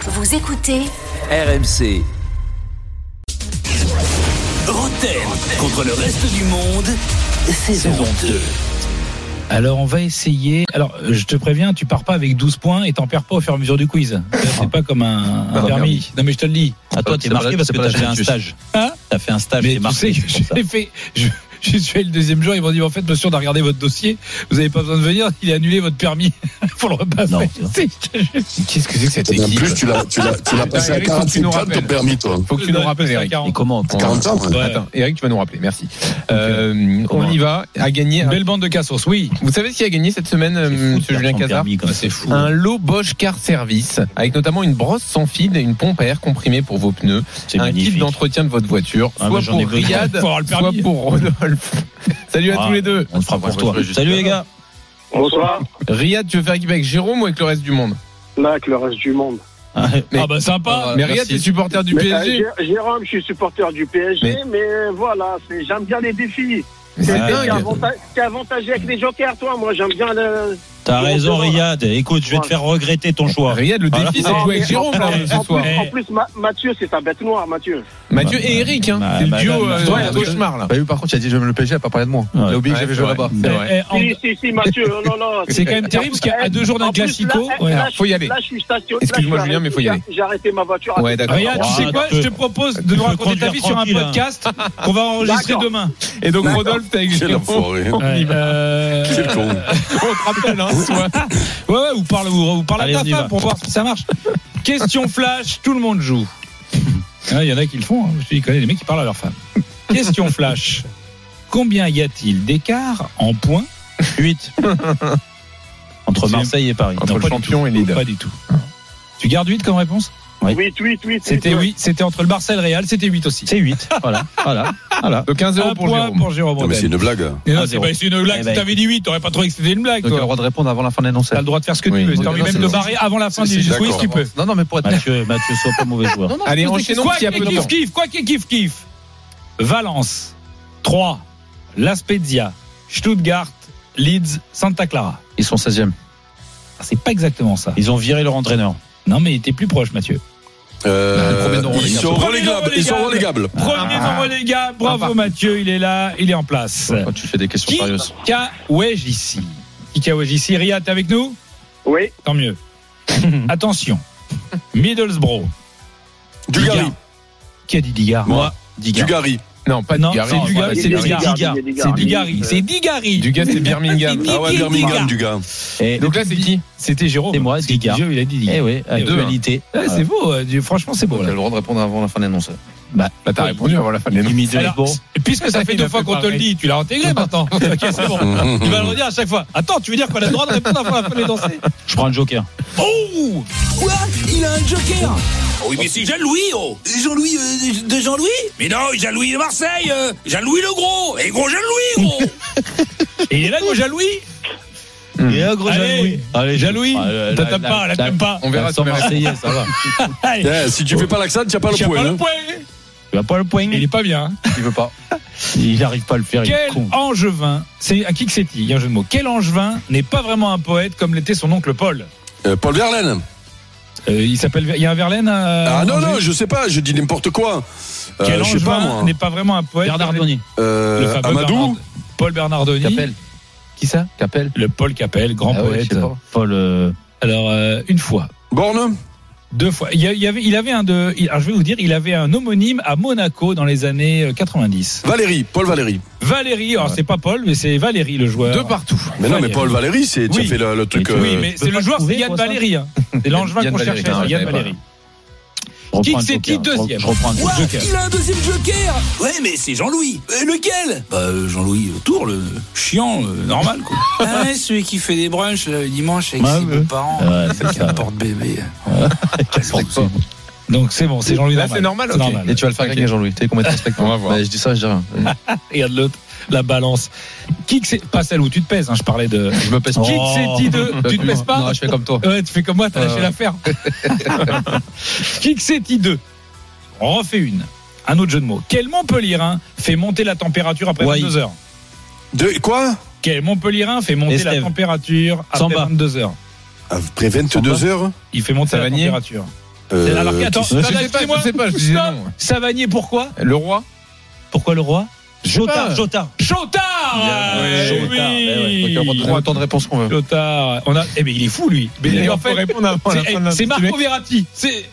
Vous écoutez RMC. Roten contre le reste du monde, saison 2. Alors on va essayer. Alors je te préviens, tu pars pas avec 12 points et t'en perds pas au fur et à mesure du quiz. Là, C'est pas comme un, un Ah. Pas un permis. permis. Non mais je te le dis. Ah, toi, t'es marqué parce que t'as fait un stage. Hein T'as fait un stage, mais t'es tu marqué. sais que c'est pour ça. je l'ai fait. Je, je suis allé le deuxième jour. Ils m'ont dit en fait monsieur on a regardé votre dossier. Vous avez pas besoin de venir. Il a annulé votre permis. Faut le repasser. Non, Si, je te jure. Qu'est-ce que c'est que cette Et en équipe plus, tu l'as, tu l'as, tu l'as passé à Eric, faut que tu 48 nous ans ton rappelles. permis, toi. Faut que tu nous rappelles, Eric. Et comment À 40 ans, ouais. Ouais. Attends, Eric, tu vas nous rappeler, merci. Euh, on y va. À gagner. Belle bande de cassos. Oui. Ah, Vous savez qui a gagné cette semaine, euh, Monsieur Julien Cazard C'est fou. hein. un lot Bosch Car Service avec notamment une brosse sans fil et une pompe à air comprimée pour vos pneus, C'est un magnifique. kit d'entretien de votre voiture, Ah, soit bah, j'en ai pour besoin. Riyad, Faut avoir le soit permis. pour Rodolphe. Salut à Ah, tous les deux. On le fera pour toi. Salut les gars. Bonsoir. Riyad, tu veux faire équipe avec Jérôme ou avec le reste du monde Là, avec le reste du monde. Mais- ah bah sympa. Mais Riyad, tu es supporter du Mais, PSG. euh, Jé- Jérôme, je suis supporter du PSG, Mais- mais, euh, voilà, c'est- j'aime bien les défis. Mais T'es C'est Ouais. dingue. avanta- t'es avantagé avec les jokers, toi. Moi, j'aime bien le. T'as Bon, raison, demain. Riyad. Écoute, je vais te faire regretter ton choix. Riyad, le Voilà. défi, c'est de Non, jouer mais avec Jérôme là, en- ce En soir. plus, en plus, Ma- Mathieu, c'est ta bête noire, Mathieu. Mathieu Bah, et Eric, hein. bah, c'est le madame, duo euh, madame, de cauchemar là. Bah oui, par contre, il a dit je me le PSG, elle a pas parlé de moi. Il Ouais. a oublié Ouais, que j'avais c'est vrai. joué là-bas. C'est vrai. Eh, en- Si, si, si, Mathieu. oh non, non. C'est quand même terrible parce qu'à deux jours d'un Eh, En plus, classico. là, eh, ouais. là, je- Faut y aller. Là, je suis station- Excuse-moi, là, je suis Julien, mais faut y arrêté- J'ai arrêté ma voiture. à Ouais, côté. d'accord. Regarde, Ah, tu sais quoi Je te propose de nous Je raconter ta conduire vie sur un tranquille, hein. podcast qu'on va enregistrer D'accord. demain. Et donc Rodolphe, t'as avec Quel Jérôme. enfoiré. Ouais, euh, Quel con. On te rappelle, hein, soit. ouais, ouais, ou parle, ou, ou parle Allez, à ta on y femme va. pour voir si ça marche. Question flash, tout le monde joue. Ah, Il y en a qui le font, hein. je te dis, connais les mecs qui parlent à leur femme. Question flash. Combien y a-t-il d'écart en points 8. Entre Marseille et Paris. Entre Non, le pas du champion et le Ou leader. Pas du tout. Ah. Tu gardes 8 comme réponse Huit, huit, huit. C'était oui, c'était entre le Barça et le Real, c'était 8 aussi. tout. C'est 8. Voilà. voilà. voilà. Donc 1-0 Un pour point Jérôme. pour Jérôme Non, mais c'est Brunel. une blague. Et non, Un c'est zéro. pas- c'est une blague. Eh Si ben, t'avais dit 8, t'aurais pas trouvé que c'était une blague. Donc euh, il a le Toi. droit de répondre avant la fin de l'annonce. T'as le droit de faire ce que Oui, tu veux. Si donc T'as envie là, même c'est de bon. barrer avant la fin du c'est quiz, d'accord. tu peux. Non, non, mais pour être. Mathieu, Mathieu, sois pas mauvais joueur. Allez, enchaînons Quoi s'il y a peu qu'il de temps. kiffe, kiffe, quoi qu'il kiffe, kiffe. Valence, 3, La Spezia, Stuttgart, Leeds, Santa Clara. Ils sont 16e. Ah, C'est pas exactement ça. Ils ont viré leur entraîneur. Non, mais il était plus proche, Mathieu. Euh, ils sont Premier relégables. non Ils sont relégable. relégables. Ah. Premier non relégable. Bravo, partout. Mathieu. Il est là. Il est en place. Quand tu fais des questions sérieuses. Kika ici. Kika ici. Riyad, t'es avec nous Oui. Tant mieux. Attention. Middlesbrough. Dugarry. Digard. Qui a dit Digard Moi. Digard. Dugarry. Non, pas Non, Dugas. c'est Dugas, pas c'est Dugas. Dugas. C'est Digari. C'est Digari. Dugas, c'est Birmingham. Digard. Ah ouais, Birmingham, Dugarry. Et Donc là, c'est qui C'était Jérôme. C'est moi, c'est Digard. Jérôme, Il a dit Digard. Eh oui, avec Deux, hein. qualité. Ah, C'est beau, euh, Dieu, franchement c'est beau Tu as là. le droit de répondre avant la fin de l'annonce. Bah, t'as répondu avant la fin de Voilà. l'annonce. Limite de Alors, Lesbos. puisque ça fait Il deux a fois fait qu'on te le pareil. dit, tu l'as intégré maintenant. Ok, c'est bon. Tu Mhm. vas le redire à chaque fois. Attends, tu veux dire qu'on a le droit de répondre avant la fin des danser Je prends un joker. Oh Quoi Il a un joker Ah Oui, mais c'est Jean-Louis, oh Jean-Louis euh, de Jean-Louis Mais non, Jean-Louis de Marseille euh, Jean-Louis le gros Et gros Jean-Louis, gros Et il est là, gros Jalouis Et un gros Allez, Allez, Jalouis T'as T'attends pas, la t'aimes pas. On verra sans si on a- Marseillais, ça va. Allez, Eh, Si tu fais pas l'accent, tu n'as pas tu le as pas le point. hein. point. Tu vas pas le poing. Il est pas bien. hein. Il veut pas. Il n'arrive pas à le faire, il est Quel con. angevin, c'est à qui que c'est-il Il y a un jeu de mots. Quel angevin n'est pas vraiment un poète comme l'était son oncle Paul Euh, Paul Verlaine. Euh, Il s'appelle. Il y a un Verlaine à. Ah non, Angers non, je sais pas, je dis n'importe quoi. Euh, Euh, Quel Je sais pas, angevin moi. n'est pas vraiment un poète Bernard comme l'était- Donnier. le Euh, fameux Bernard- Amadou. Paul Bernardoni. Capel. Qui ça Capel. Le Paul Capel, grand Ah ouais, poète. je sais pas. Paul. euh, Alors, euh, une fois, Borne. deux deux fois. Il, y a- il y avait, il avait un de. il- alors, je vais vous dire, il avait un homonyme à Monaco dans les années euh, 90. Valérie. Paul Valérie. Valérie, alors c'est pas Paul, mais c'est Valérie le joueur. Deux partout. Mais non, mais Valérie. Paul Valérie, c'est tu Oui. as fait le le truc. tu- Oui, euh, mais Je c'est peux le pas joueur, trouver, c'est Yann moi, ça. Valérie. hein. C'est l'angevin Yann qu'on Valérie, cherchait, ça, Yann non, je l'avais Valérie. je reprends Qui un que c'est joker, qui, je reprends- deuxième Je reprends un Quoi joker. Il a un deuxième joker Ouais, mais c'est Jean-Louis. Euh, lequel Bah, euh, Jean-Louis Autour, le chiant, euh, normal, quoi. Ah ouais, celui qui fait des brunchs le dimanche avec Ouais, ses ouais. parents. Ouais, c'est ça. Porte-bébé. Donc c'est bon, c'est Jean-Louis Là, c'est normal, ok. Et tu vas le faire gagner, Jean-Louis. Tu sais combien de respect On va voir. Bah, Je dis ça, je dis rien. Regarde l'autre, la balance. Qui que c'est Pas celle où tu te pèses, hein, je parlais de. Je me pèse Bah, Qui que c'est dit de. Tu te pèses pas Non, je fais comme toi. Ouais, tu Oh. fais comme moi, t'as lâché Euh. l'affaire. Qui que c'est I2 On refait une. Un autre jeu de mots. Quel Montpellierin fait monter la température après Ouais. 22 heures De quoi Quel Montpellierin fait monter la Estève. température après Samba. 22 heures Après 22 heures Il fait monter la Savanier température. Euh, ah, Alors, attends, qui- non, non, sais pas, excusez-moi. je sais pas, je disais Stop. non. Savanier, pourquoi Le roi Pourquoi le roi pas. Jotard, Jotard. Chotard Bien euh, joué. Chotard, ben ouais. oui. Il Bah y a vraiment trois temps de réponse qu'on veut. Chotard. On a... Eh ben, il est fou, lui. Mais Et en on peut fait, répondre avant la c'est- fin de la- c'est Marco Verratti. C'est...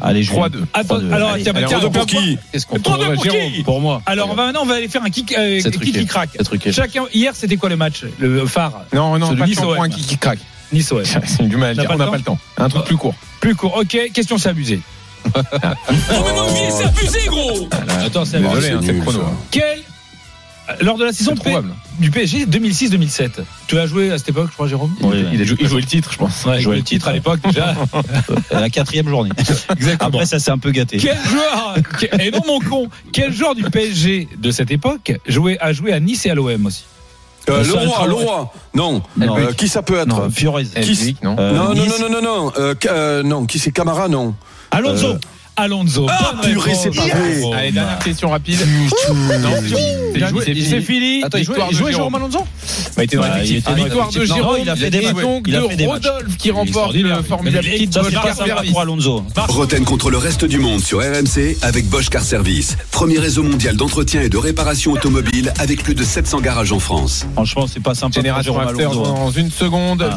Allez, je- 3-2. Attends, 3-2. alors, Allez, tiens, allez, tiens, on Deux on pour va- qui Qu'est-ce qu'on Trois deux pour Jérôme. qui Pour moi. Alors, on va- maintenant, on va aller faire un kick, euh, C'est kick truqué. qui craque. C'est truqué. Chacun, hier, c'était quoi le match Le phare Non, non, Celui pas qui de point s'OM. qui, qui craque. Nice OM. C'est du mal à T'as dire. pas On le n'a pas le temps. Un truc plus court. Plus court. Ok, question, c'est abusé. Oh, mais non, mais c'est abusé, gros Attends, c'est abusé. Désolé, hein, Ah, c'est c'est le nul, chrono. ça. hein. Quel lors de la saison C'est probable. du PSG 2006-2007. Tu as joué à cette époque, je crois, Jérôme Oui, oui. Il a joué- il jouait le titre, je pense. Ouais, joué le le titre titre. à l'époque déjà. À la quatrième journée. Après, ça s'est un peu gâté. quel joueur que- Et non mon con, quel joueur du PSG de cette époque jouait a joué à Nice et à l'OM aussi Le Euh, Le seul roi, le travail. roi. Non. Non. Euh, Qui ça peut être Non, Fiorez. Qui Eh, Vic, non Euh, Non, non, Nice. non, non, non, non. Euh, Ca- euh, Non, qui c'est Camara, non. Alonso. Euh. Alonso. Ah, Bonne purée, réponse. c'est pas vrai. Bravo. Allez, dernière question rapide. Non. Non, c'est Bien joué. fini. C'est C'est fini. fini. Attends, Il jouait- victoire il de jouait Jérôme. Jérôme Alonso Bah, il était dans Bah, il l'effectif. était dans Victoire de l'effectif. Non, Jérôme. il a fait des et matchs. donc Il a de fait des matchs. Rodolphe qui Il est remporte extraordinaire. le formidable Mais kit Ça, c'est Bosch pas Car sympa Service. pour Alonso. Roten contre le reste du monde sur RMC avec Bosch Car Service. Premier réseau mondial d'entretien et de réparation automobile avec plus de 700 garages en France. Franchement, c'est pas sympa pour Génération Jérôme After Alonso. hein. dans une seconde. Ah.